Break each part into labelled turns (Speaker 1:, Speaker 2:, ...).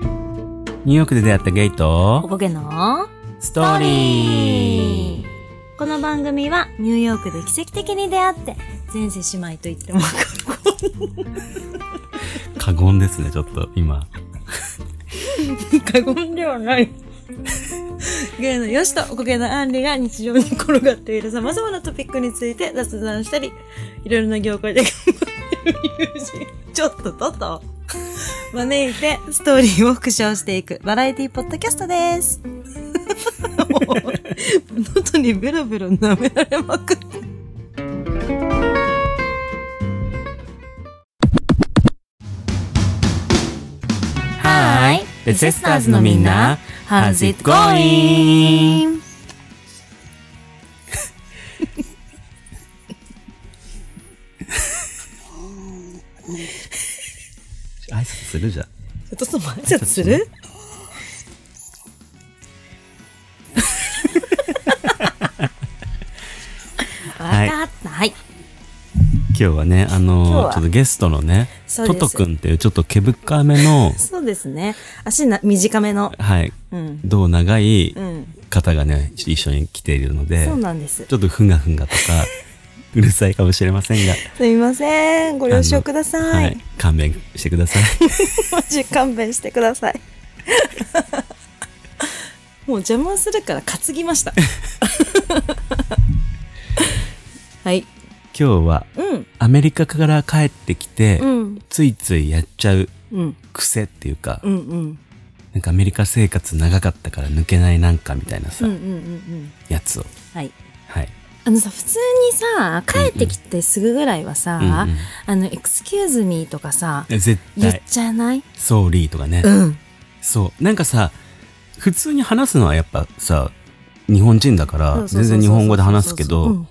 Speaker 1: ニューヨークで出会ったゲイ
Speaker 2: お
Speaker 1: と
Speaker 2: こげの
Speaker 1: ストーリー
Speaker 2: この番組はニューヨークで奇跡的に出会って前世姉妹と言っても
Speaker 1: 過言ですね、ちょっと今。
Speaker 2: 過言で はない芸のよしとおこげのあんりが日常に転がっている様々なトピックについて雑談したりいろいろな業界で頑張っている友人ちょっととと招いてストーリーを復唱していくバラエティポッドキャストです もう喉にベロベロ舐められまくってはーい
Speaker 1: ベセスターズのみんな、
Speaker 2: How's it
Speaker 1: it going? 挨拶するじゃん。
Speaker 2: ちょっとその挨拶 するわ
Speaker 1: はい
Speaker 2: かった。はい。
Speaker 1: 今日はね、あ
Speaker 2: 今日
Speaker 1: の
Speaker 2: は
Speaker 1: ちょっとゲストのね、
Speaker 2: そう
Speaker 1: ト
Speaker 2: です
Speaker 1: トくんっていうちょっと毛深めの、
Speaker 2: そうですね。足な短めの。
Speaker 1: はい、
Speaker 2: うん。
Speaker 1: どう長い
Speaker 2: うん。
Speaker 1: 方がね、一緒に来ているので、
Speaker 2: そうなんです
Speaker 1: ち。ょっとふんがふんがと か、うるさいかもしれませんが、
Speaker 2: すみません。ご了承くだ
Speaker 1: は
Speaker 2: さ
Speaker 1: い、
Speaker 2: い。
Speaker 1: 勘弁してくだ さい。
Speaker 2: マジ勘弁してくだ さい。もう邪魔するから担ぎ ました。はい。
Speaker 1: 今日は、
Speaker 2: うん。
Speaker 1: アメリカから帰ってきて、
Speaker 2: うん。
Speaker 1: ついついやっちゃう
Speaker 2: うん。
Speaker 1: 癖っていうか、
Speaker 2: うん。うん。
Speaker 1: なんかアメリカ生活長かったから抜けないなんかみたいな
Speaker 2: う
Speaker 1: さ、
Speaker 2: ん。うん。うん。
Speaker 1: やつを。
Speaker 2: はい。
Speaker 1: はい。
Speaker 2: あのさ、普通にさ、帰ってきてすぐぐらいはさ、
Speaker 1: うんうん
Speaker 2: あの、excuse me とかさ、
Speaker 1: 絶
Speaker 2: 言っ
Speaker 1: 対、
Speaker 2: ちゃない
Speaker 1: ソーリーとかね、
Speaker 2: うん。
Speaker 1: そう。なんかさ、普通に話すのはやっぱさ、日本人だから、
Speaker 2: そうそうそうそう
Speaker 1: 全然日本語で話すけ
Speaker 2: う
Speaker 1: ど
Speaker 2: ん、。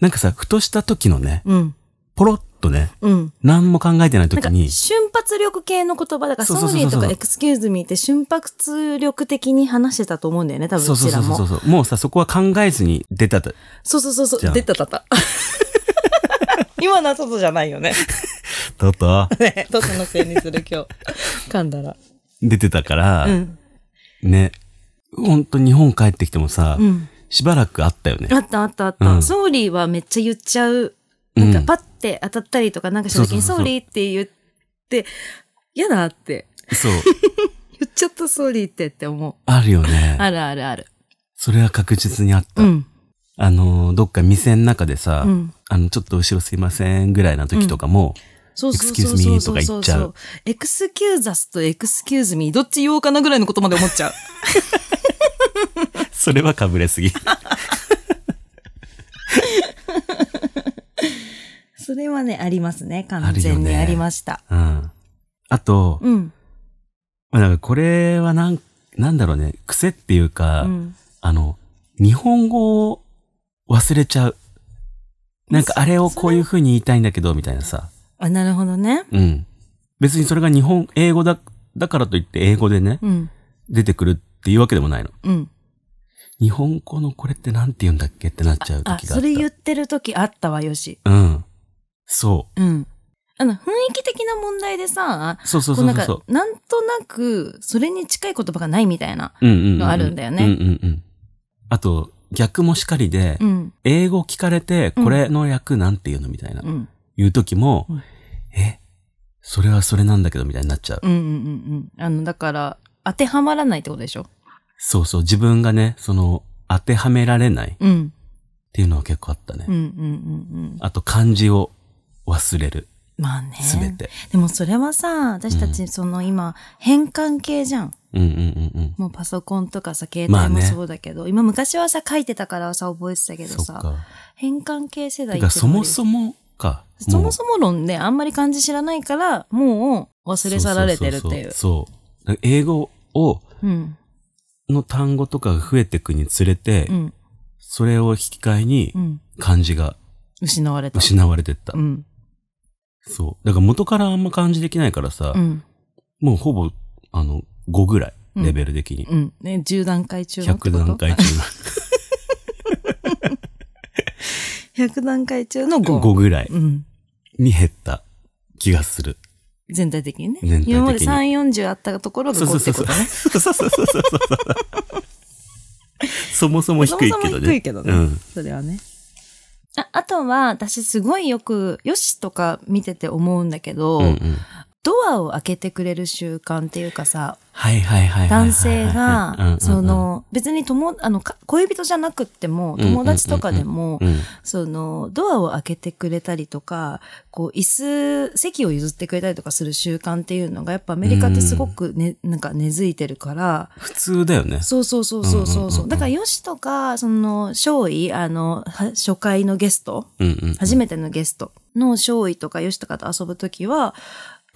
Speaker 1: なんかさ、ふとした時のね、
Speaker 2: うん。
Speaker 1: ポロッとね、
Speaker 2: うん。
Speaker 1: 何も考えてない
Speaker 2: なん
Speaker 1: 時
Speaker 2: か
Speaker 1: に、、
Speaker 2: 瞬発力系の言葉だから、
Speaker 1: そう
Speaker 2: ソ
Speaker 1: そうそ
Speaker 2: ー
Speaker 1: う
Speaker 2: リ
Speaker 1: そ
Speaker 2: ー
Speaker 1: う
Speaker 2: とか excuse me って瞬発力的に話してたと思うんだよね、多分
Speaker 1: そううそう
Speaker 2: ち
Speaker 1: そ
Speaker 2: ら
Speaker 1: うそう
Speaker 2: も。
Speaker 1: そう。もうさ、そこは考えずに出たと、
Speaker 2: そうそうそう。
Speaker 1: じ
Speaker 2: そ
Speaker 1: ゃ
Speaker 2: う
Speaker 1: あ
Speaker 2: 出たたた。 今のは外じゃないよね。
Speaker 1: とうとう
Speaker 2: ね外のせいにする今日。 噛んだら。
Speaker 1: 出てたから
Speaker 2: う、ん。
Speaker 1: ね。ほんと日本帰ってきてもさ、
Speaker 2: うん。
Speaker 1: しばらくあったよね
Speaker 2: あ。ったあったあっ
Speaker 1: う
Speaker 2: た。
Speaker 1: ん
Speaker 2: ソーリーはめっちゃ言っちゃう。
Speaker 1: う
Speaker 2: なん
Speaker 1: ん
Speaker 2: かパッて当たったりとかなんかした時に
Speaker 1: そうそう
Speaker 2: ソ
Speaker 1: そうそう
Speaker 2: ーリーって言って、嫌だって。
Speaker 1: そう。
Speaker 2: 言っちゃったソーリーってって思う。
Speaker 1: あるよね。
Speaker 2: あるあるある。
Speaker 1: それは確実にあった。
Speaker 2: うん。
Speaker 1: あの、どっか店の中でさ、
Speaker 2: うん
Speaker 1: あの、ちょっと後ろすいませんぐらいな時とかも、
Speaker 2: そうそうそう
Speaker 1: Excuse
Speaker 2: そう
Speaker 1: me と
Speaker 2: そう
Speaker 1: か
Speaker 2: そ
Speaker 1: 言
Speaker 2: う
Speaker 1: っちゃう
Speaker 2: エクスキューザスとエクスキューズミー、どっち言おうかなぐらいのことまで思っちゃう。
Speaker 1: それはかぶれすぎ。
Speaker 2: それはね、ありますね。完
Speaker 1: あるよ
Speaker 2: 全に
Speaker 1: ね
Speaker 2: ありました。
Speaker 1: うん。あと、
Speaker 2: うん。
Speaker 1: まあなんかこれはなん、なんだろうね、癖っていうか、
Speaker 2: うん。
Speaker 1: あの、日本語を忘れちゃう。なんかあれをこういう風に言いたいんだけど、みたいなさ。
Speaker 2: あ、なるほどね。
Speaker 1: うん。別にそれが日本、英語だ、だからといって英語でね、
Speaker 2: うん。
Speaker 1: 出てくるっていうわけでもないの。
Speaker 2: うん。
Speaker 1: 日本語のこれってなんて言うんだっけってなっちゃう時があ
Speaker 2: あ、
Speaker 1: った。
Speaker 2: それ言ってる時あったわ、よし。
Speaker 1: うん。そ
Speaker 2: うん。あの、雰囲気的な問題でさ、
Speaker 1: う。そうそうそ
Speaker 2: こ
Speaker 1: うう
Speaker 2: なん
Speaker 1: そう
Speaker 2: か
Speaker 1: そう。、
Speaker 2: なんとなく、それに近い言葉がないみたいな。
Speaker 1: うんうんう
Speaker 2: のあるんだよね
Speaker 1: うんうんうん。あと、逆もしかりで、
Speaker 2: うん。
Speaker 1: 英語聞かれて、これの略なんて言うのみたいな、
Speaker 2: うん。
Speaker 1: 言う時も、
Speaker 2: うん
Speaker 1: え、それはそれなんだけどみたいになっちゃう。
Speaker 2: うんうんうんうん。あの、だから、当てはまらないってことでしょ
Speaker 1: そうそう、自分がね、その、当てはめられないっ
Speaker 2: うん。
Speaker 1: ていうのは結構あったね。
Speaker 2: うんうんうんうん。
Speaker 1: あと、漢字を忘れる、
Speaker 2: まあね。
Speaker 1: すべて。
Speaker 2: でもそれはさ、私た
Speaker 1: う
Speaker 2: ちその今、変換系じゃん。
Speaker 1: うんうんうんうん。
Speaker 2: もうパソコンとかさ、携
Speaker 1: まあ
Speaker 2: 帯も
Speaker 1: ね
Speaker 2: そうだけど、今昔はさ、書いてたからさ、覚えてたけど
Speaker 1: そっ
Speaker 2: さ、
Speaker 1: か。
Speaker 2: 変換系世代
Speaker 1: てか、
Speaker 2: ってのあるよ
Speaker 1: そもそもか。
Speaker 2: そもそも論ね、あんまり漢字知らないから、もう忘れ去られてるっていう。
Speaker 1: そうそうそうそうそう英語を、
Speaker 2: うん。
Speaker 1: の単語とかが増えていくにつれて、
Speaker 2: うん。
Speaker 1: それを引き換えに
Speaker 2: うん。
Speaker 1: 漢字が
Speaker 2: 失われた。
Speaker 1: 失われてった。
Speaker 2: うん。
Speaker 1: そう。だから元からあんま漢字できないからさ、
Speaker 2: うん。
Speaker 1: もうほぼ、あの、5ぐらい、
Speaker 2: うん
Speaker 1: レベル的に。
Speaker 2: うん。ね、10段階中のって
Speaker 1: 100
Speaker 2: こと。
Speaker 1: 段階中
Speaker 2: 100段階中の
Speaker 1: の
Speaker 2: 5。
Speaker 1: 5ぐらい
Speaker 2: うん。
Speaker 1: に減った気がする。
Speaker 2: 全体的にね。
Speaker 1: 全体的に
Speaker 2: 今まで3、40あったところが
Speaker 1: そうそう
Speaker 2: 5っ
Speaker 1: そ
Speaker 2: て
Speaker 1: うそ
Speaker 2: こ
Speaker 1: う。
Speaker 2: とね。
Speaker 1: そうそうそうそうそうそもそも低いけ
Speaker 2: そもそ
Speaker 1: ど
Speaker 2: も
Speaker 1: ね。
Speaker 2: 低いけどね。
Speaker 1: うん。
Speaker 2: それはね。ああとは、私すごいよく、よしとか見てて思うんだけど、
Speaker 1: うんうん
Speaker 2: ドアを開けてくれる習慣っていうかさ、
Speaker 1: はいはいはいはいはいはい。
Speaker 2: 男性
Speaker 1: うんうんうん
Speaker 2: が、そ、の、別に友、あの、か恋人じゃなくっても、友達とかでも
Speaker 1: う、ん。
Speaker 2: その、ドアを開けてくれたりとか、こう、椅子、席を譲ってくれたりとかする習慣っていうのが、やっぱアメリカってすごくね、なんか根付いてるから、
Speaker 1: 普通だよね。
Speaker 2: そうそうそうそうそ
Speaker 1: うん
Speaker 2: う。う
Speaker 1: うんうんうん
Speaker 2: だから、ヨシとか、その、勝尉、あの、は初回のゲスト、
Speaker 1: うんうん。
Speaker 2: 初めてのゲストの勝尉とかヨシとかと遊ぶときは、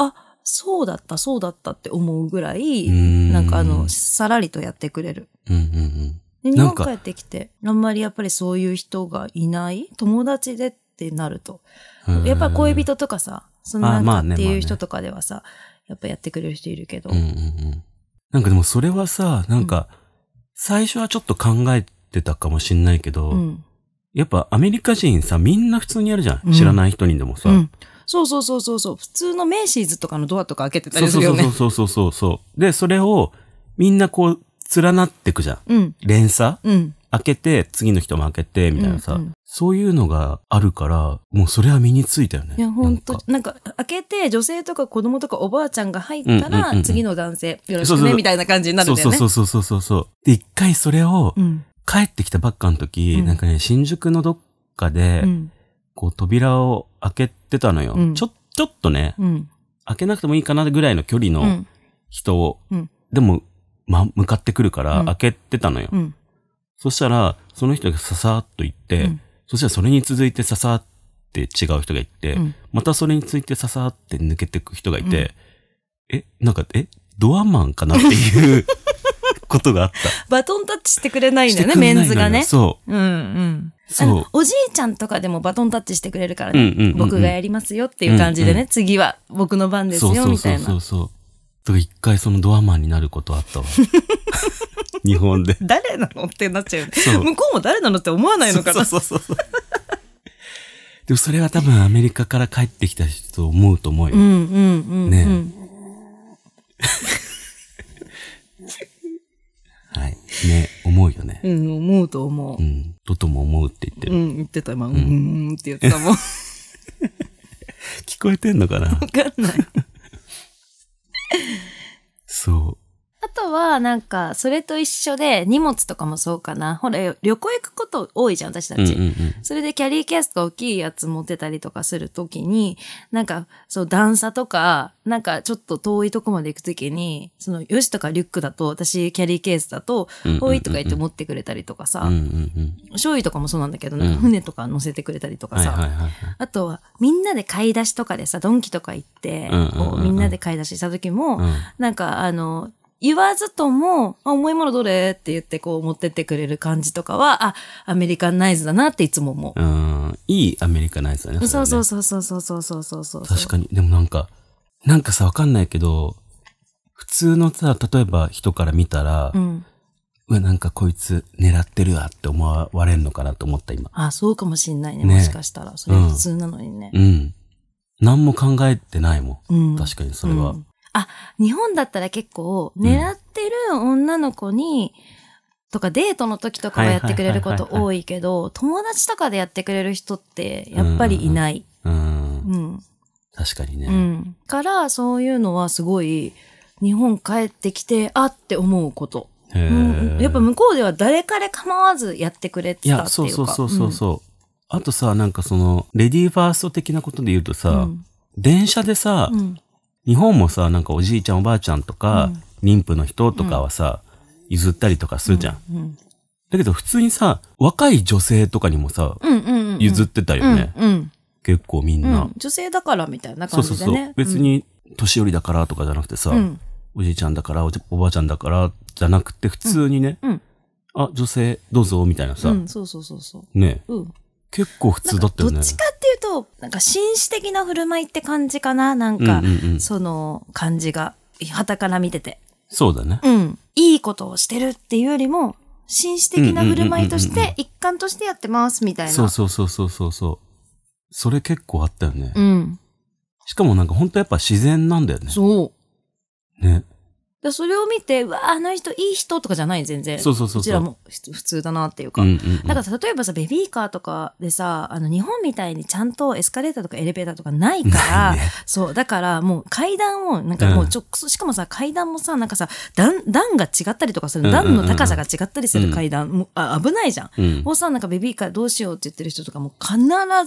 Speaker 2: あ、そうだった、そうだったって思うぐらい、
Speaker 1: うん
Speaker 2: なんかあの、さらりとやってくれる。
Speaker 1: うんうんうん。
Speaker 2: で日
Speaker 1: なん
Speaker 2: 本
Speaker 1: か
Speaker 2: 帰ってきて、あんまりやっぱりそういう人がいない友達でってなると。
Speaker 1: うん
Speaker 2: やっぱり恋人とかさ、その
Speaker 1: あま
Speaker 2: な
Speaker 1: あ
Speaker 2: んか
Speaker 1: ね
Speaker 2: って
Speaker 1: まあ
Speaker 2: い
Speaker 1: ね
Speaker 2: う人とかではさ、やっぱやってくれる人いるけど。
Speaker 1: うんうんうん。なんかでもそれはさ、なんか、最初はちょっと考えてたかもしんないけど、
Speaker 2: うん
Speaker 1: やっぱアメリカ人さ、みんな普通にやるじゃ。
Speaker 2: うんん
Speaker 1: 知らない人にでもさ。
Speaker 2: うんそうそうそうそうそう。普通のメイシーズとかのドアとか開けてた
Speaker 1: そう
Speaker 2: りす
Speaker 1: そう
Speaker 2: るよね。
Speaker 1: そうそうそうそう。で、それを、みんなこう、連なってくじゃん。
Speaker 2: うん。
Speaker 1: 連鎖
Speaker 2: うん。
Speaker 1: 開けて、次の人も開けて、みたいなさ、
Speaker 2: うんうん
Speaker 1: そういうのがあるから、もうそれは身についたよね。
Speaker 2: いや、ほんと
Speaker 1: な、
Speaker 2: なんか、開けて、女性とか子供とかおばあちゃんが入った
Speaker 1: うんうんうんう
Speaker 2: ら、
Speaker 1: ん
Speaker 2: 次の男性、よろ
Speaker 1: そう
Speaker 2: しく
Speaker 1: そう
Speaker 2: ね、みたいな感じになんる
Speaker 1: か
Speaker 2: んだよね。
Speaker 1: そうそうそうそうそうそう。で、一回それを、
Speaker 2: うん。
Speaker 1: 帰ってきたばっかの時、
Speaker 2: うん
Speaker 1: なんかね、新宿のどっかで、
Speaker 2: うん。
Speaker 1: こう扉を開けてたのよ。
Speaker 2: うん
Speaker 1: ちょ、ちょっとね、
Speaker 2: うん。
Speaker 1: 開けなくてもいいかなぐらいの距離
Speaker 2: う
Speaker 1: の
Speaker 2: ん。
Speaker 1: 人を、
Speaker 2: うん
Speaker 1: でも、ま、向かってくるから、
Speaker 2: うん
Speaker 1: 開けてたのよ。
Speaker 2: うん。
Speaker 1: そしたら、その人がささーっと行って、
Speaker 2: うん
Speaker 1: そしたらそれに続いてささーって違う人が行って、
Speaker 2: うん
Speaker 1: またそれについてささーって抜けてく人がいて、え、なんか、え、ドアマンかなっていうこと があった。
Speaker 2: バトンタッチしてくれないんだ
Speaker 1: し
Speaker 2: よね、
Speaker 1: てくれ
Speaker 2: メ
Speaker 1: ないのよ
Speaker 2: ンズがね。
Speaker 1: そ
Speaker 2: うんうん。
Speaker 1: そう
Speaker 2: あのおじいちゃんとかでもバトンタッチしてくれるから
Speaker 1: う。うん
Speaker 2: ね。
Speaker 1: うんうんうん、
Speaker 2: 僕がやりますよっていう感じでね、
Speaker 1: うん
Speaker 2: 次は僕の番です
Speaker 1: そう
Speaker 2: よ、
Speaker 1: そう
Speaker 2: み
Speaker 1: そ
Speaker 2: た
Speaker 1: う
Speaker 2: い
Speaker 1: そ
Speaker 2: な
Speaker 1: う。そう。と一回そのドアマンになることあ ったわ。日本で。
Speaker 2: 誰なのってなっちゃうよね
Speaker 1: そう
Speaker 2: 向こうも誰なのって思わないのかな。
Speaker 1: そうそうそうそう。でもそれは多分アメリカから帰ってきた人思うと思うよ。
Speaker 2: うんうんうんうん。
Speaker 1: ねはい。ね、思うよね。
Speaker 2: うん、思うと思
Speaker 1: う
Speaker 2: う。
Speaker 1: ん。ととも思うって言って
Speaker 2: う
Speaker 1: る。
Speaker 2: ん、言ってた、今、うん、うんうんって言ってたもん。わ
Speaker 1: 聞こえてんのかな
Speaker 2: かんない。
Speaker 1: そ
Speaker 2: あとは、なんか、それと一緒で、荷物とかもそうかな。ほら、旅行行くこと多いじゃん、私た
Speaker 1: う。
Speaker 2: ち。
Speaker 1: うんうんうん。
Speaker 2: それでキャリーケースが大きいやつ持ってたりとかするときに、なんか、そう、段差とか、なんかちょっと遠いとこまで行くときに、その、よしとかリュックだと、私キャリーケースだと
Speaker 1: うんうんうんう、ん
Speaker 2: 遠いとか言って持ってくれたりとか
Speaker 1: うん
Speaker 2: さ
Speaker 1: う、んうん。
Speaker 2: 醤油とかもそうなんだけど、なん
Speaker 1: う
Speaker 2: か
Speaker 1: ん
Speaker 2: 船とか乗せてくれたりとか
Speaker 1: はいはい
Speaker 2: さ、
Speaker 1: はい。
Speaker 2: あとは、みんなで買い出しとかでさ、ドンキとか行って
Speaker 1: うんうんうん、
Speaker 2: こう、みんなで買い出ししたときも
Speaker 1: う、ん。
Speaker 2: なんか、あの、言わずとも、あ、重いものどれって言ってこう持ってってくれる感じとかは、あ、アメリカンナイズだなっていつも思う。
Speaker 1: うん。いいアメリカナイズだね。
Speaker 2: そうそう
Speaker 1: そ
Speaker 2: そうそうそうそうそうそうそう。
Speaker 1: れはね確かに。でもなんか、なんかさ、わかんないけど、普通のさ、例えば人から見たら、
Speaker 2: うん。
Speaker 1: うわ、なんかこいつ狙ってるわって思われるのかなと思った今。
Speaker 2: あ、そうかもしんないね。
Speaker 1: ね
Speaker 2: もしかしたら。それ普通なのにね
Speaker 1: う。ん。何も考えてないも。
Speaker 2: うんん。
Speaker 1: 確かにそれは。
Speaker 2: うんあ、日本だったら結構、狙ってる女の子に、とかデートの時とかはやってくれること
Speaker 1: はいはいはいはいはい
Speaker 2: 多いけど、友達とかでやってくれる人って、やっぱりいない。
Speaker 1: うん。
Speaker 2: うん。
Speaker 1: 確かにね。
Speaker 2: うん。から、そういうのはすごい、日本帰ってきて、あって思うこと。
Speaker 1: へー
Speaker 2: うんやっぱ向こうでは誰彼構わずやってくれて
Speaker 1: い
Speaker 2: た
Speaker 1: や、
Speaker 2: って
Speaker 1: そ
Speaker 2: いううか。
Speaker 1: そうそうそうそう。あとさ、なんかその、レディーファースト的なことで言うとさ、
Speaker 2: うん
Speaker 1: 電車でさ、
Speaker 2: うん。
Speaker 1: 日本もさ、なんかおじいちゃんおばあちゃんとか、妊婦の人とかはさ、譲ったりとかするじゃん。
Speaker 2: うん。
Speaker 1: だけど普通にさ、若い女性とかにもさ、
Speaker 2: うんうんうん。
Speaker 1: 譲ってたよね。
Speaker 2: うんうん
Speaker 1: 結構みん
Speaker 2: う
Speaker 1: な。
Speaker 2: ん。女性だからみたいな
Speaker 1: そ
Speaker 2: 感
Speaker 1: うそう
Speaker 2: じで
Speaker 1: そ
Speaker 2: ね。
Speaker 1: う。別に、年寄りだからとかじゃなくてさ、
Speaker 2: うん。うん。
Speaker 1: おじいちゃんだからおじ、おばあちゃんだからじゃなくて、普通にね、
Speaker 2: うん。
Speaker 1: あ、女性どうぞ、みたいなさ、
Speaker 2: うんそうそうそうそう。
Speaker 1: ね、
Speaker 2: うん。
Speaker 1: 結構普
Speaker 2: な
Speaker 1: 通
Speaker 2: ん
Speaker 1: だ
Speaker 2: か
Speaker 1: ったよね。
Speaker 2: どっちかっていうと、なんか紳士的な振る舞いって感じかななんか、
Speaker 1: うんうんうん
Speaker 2: その感じが、旗から見てて。
Speaker 1: そうだね。
Speaker 2: うん。いいことをしてるっていうよりも、紳士的な振る舞いとし
Speaker 1: うんうんうんうん
Speaker 2: て、一貫としてやってますみたいな。
Speaker 1: そうそうそうそうそうそう。それ結構あったよね。
Speaker 2: うん。
Speaker 1: しかもなんか本当やっぱ自然なんだよね。
Speaker 2: そう。
Speaker 1: ね。
Speaker 2: でそれを見て、うわ、あの人いい人とかじゃない、全然。
Speaker 1: そうそうそうそう
Speaker 2: ちらもふ普通だなっていう
Speaker 1: う
Speaker 2: か。
Speaker 1: んうんうん。
Speaker 2: だから例えばさ、ベビーカーとかでさ、あの、日本みたいにちゃんとエスカレーターとかエレベーターとかないから、
Speaker 1: ないね
Speaker 2: そう、だからもう階段を、なんかもう直、しかもさ、階段もさ、なんかさ、段、段が違ったりとかする、
Speaker 1: うんうんうん
Speaker 2: 段の高さが違ったりする階段、もうあ危ないじゃん。
Speaker 1: うん
Speaker 2: もうさ、なんかベビーカーどうしようって言ってる人とかも必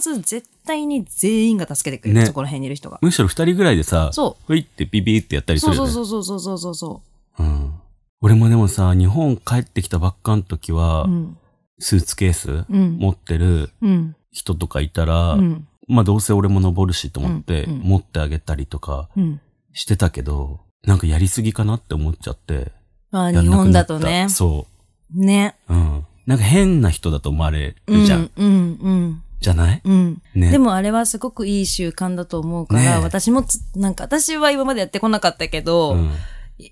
Speaker 2: ず絶対に全員が助けてくれる、
Speaker 1: ね
Speaker 2: そこら辺にいる人が。
Speaker 1: むしろ二人ぐらいでさ、
Speaker 2: そ
Speaker 1: ふいってビビってやったりす
Speaker 2: そ
Speaker 1: る
Speaker 2: う
Speaker 1: よ
Speaker 2: そ
Speaker 1: ね。
Speaker 2: うそうそうそうそうそう。
Speaker 1: うん。俺もでもさ、日本帰ってきたばっかの時は、
Speaker 2: うん。
Speaker 1: スーツケース
Speaker 2: うん
Speaker 1: 持ってる
Speaker 2: うん。
Speaker 1: 人とかいたら、
Speaker 2: うん。
Speaker 1: まあどうせ俺も登るしと思って、
Speaker 2: うんうん
Speaker 1: 持ってあげたりとか
Speaker 2: うん。
Speaker 1: してたけど、なんかやりすぎかなって思っちゃって。
Speaker 2: まあ、
Speaker 1: やん
Speaker 2: 日
Speaker 1: なく
Speaker 2: 本
Speaker 1: な
Speaker 2: だ
Speaker 1: った
Speaker 2: とね。
Speaker 1: そ
Speaker 2: ね。
Speaker 1: う。うん。なんか変な人だと思われ
Speaker 2: う
Speaker 1: る
Speaker 2: ん、
Speaker 1: じゃん。
Speaker 2: うん、うん。
Speaker 1: じゃない
Speaker 2: うん。
Speaker 1: ね。
Speaker 2: でもあれはすごくいい習慣だと思うから、
Speaker 1: ねえ
Speaker 2: 私もつ、なんか私は今までやってこなかったけど、
Speaker 1: う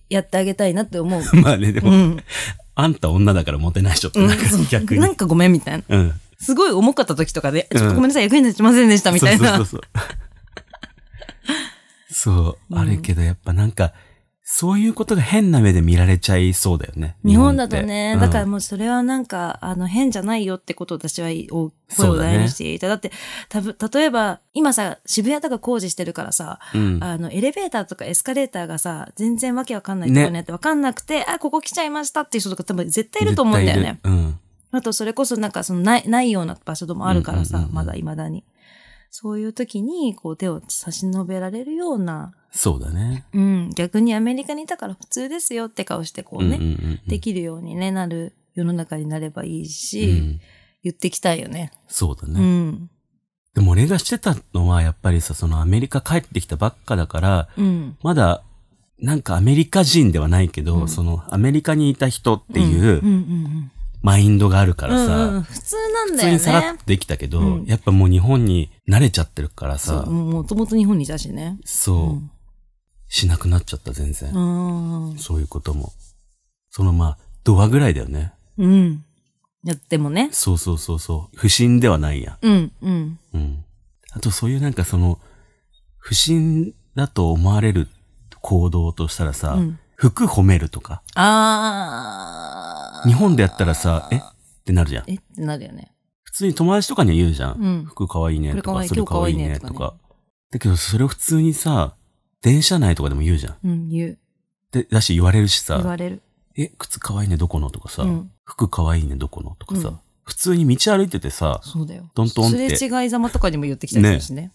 Speaker 2: やってあげたいなって思う。
Speaker 1: ん。 まあね、で
Speaker 2: う
Speaker 1: も、
Speaker 2: ん。
Speaker 1: あんた女だからモテない人って
Speaker 2: うん
Speaker 1: なんか逆
Speaker 2: な
Speaker 1: に。
Speaker 2: んかごめんみたいな。
Speaker 1: うん。
Speaker 2: すごい重かった時とかで、
Speaker 1: うん
Speaker 2: ちょっとごめんなさい、役に立ちませんでしたみたいな。
Speaker 1: そうそうそうそう。そう、あるけどやっぱなんか、そういうことが変な目で見られちゃいそうだよね。
Speaker 2: 日本だとね、
Speaker 1: って
Speaker 2: だから
Speaker 1: うん
Speaker 2: もうそれはなんか、あの、変じゃないよってことを私はお声
Speaker 1: そ
Speaker 2: を
Speaker 1: うだね
Speaker 2: 大にしていた。だって、たぶ例えば、今さ、渋谷とか工事してるからさ、
Speaker 1: うん
Speaker 2: あの、エレベーターとかエスカレーターがさ、全然わけわかんないところにあって、わかんなくて、あ、ここ来ちゃいましたっていう人とか多分絶対いると思うんだよね
Speaker 1: 絶。対いるうん。
Speaker 2: あと、それこそなんかそのない、ないような場所でもあるから
Speaker 1: うんうん
Speaker 2: さ
Speaker 1: う、んうん
Speaker 2: まだ未だに。そういう時に、こう手を差し伸べられるような、
Speaker 1: そうだね。
Speaker 2: うん、逆にアメリカにいたから普通ですよって顔してこうね、
Speaker 1: うんうんうんうん
Speaker 2: できるようにね、なる世の中になればいいし、
Speaker 1: うん
Speaker 2: 言ってきたいよね。
Speaker 1: そうだ
Speaker 2: う
Speaker 1: ね。
Speaker 2: ん。
Speaker 1: でも俺がしてたのはやっぱりさ、そのアメリカ帰ってきたばっかだから、
Speaker 2: うん。
Speaker 1: まだ、なんかアメリカ人ではないけ
Speaker 2: う
Speaker 1: ど、
Speaker 2: ん
Speaker 1: そのアメリカにいた人ってい
Speaker 2: うんう
Speaker 1: うんマインドがあるか
Speaker 2: うんう
Speaker 1: ら
Speaker 2: んう
Speaker 1: さ
Speaker 2: んうん、普通なん
Speaker 1: 普
Speaker 2: だ
Speaker 1: 通
Speaker 2: よね。
Speaker 1: にさらっとできたけ
Speaker 2: う
Speaker 1: ど
Speaker 2: ん、
Speaker 1: やっぱもう日本に慣れちゃってるから
Speaker 2: そう
Speaker 1: さ、
Speaker 2: もともと日本にいたしね。
Speaker 1: そう、しなくなっちゃった全然、
Speaker 2: うん。うん
Speaker 1: そういうこともそのまあドアぐらいだよね
Speaker 2: うん。やってもね。
Speaker 1: そうそうそうそう不審ではないや
Speaker 2: うん、うん。
Speaker 1: んうんあとそういうなんかその不審だと思われる行動としたらさ、
Speaker 2: うん
Speaker 1: 服褒めるとか
Speaker 2: あー。
Speaker 1: 日本でやったらさえってなるじゃん
Speaker 2: えってなるよね。
Speaker 1: 普通に友達とかには言うじゃん、
Speaker 2: うん
Speaker 1: 服かわいいねと
Speaker 2: こ
Speaker 1: か
Speaker 2: れ可愛い
Speaker 1: それかわいい
Speaker 2: 今
Speaker 1: ね
Speaker 2: 日可愛い
Speaker 1: と
Speaker 2: ねとか
Speaker 1: かだけどそれを普通にさ電車内とかでも言うじゃん
Speaker 2: うん、言う。
Speaker 1: でだし言われるしさ
Speaker 2: 言われる。
Speaker 1: え、靴かわいいね、どこのとかさ、
Speaker 2: うん
Speaker 1: 服かわいいね、どこのとかさ、
Speaker 2: うん
Speaker 1: 普通に道歩いててさ、
Speaker 2: そうだよ。
Speaker 1: トントンって
Speaker 2: すれ違いざまとかにも言ってきたりするしね。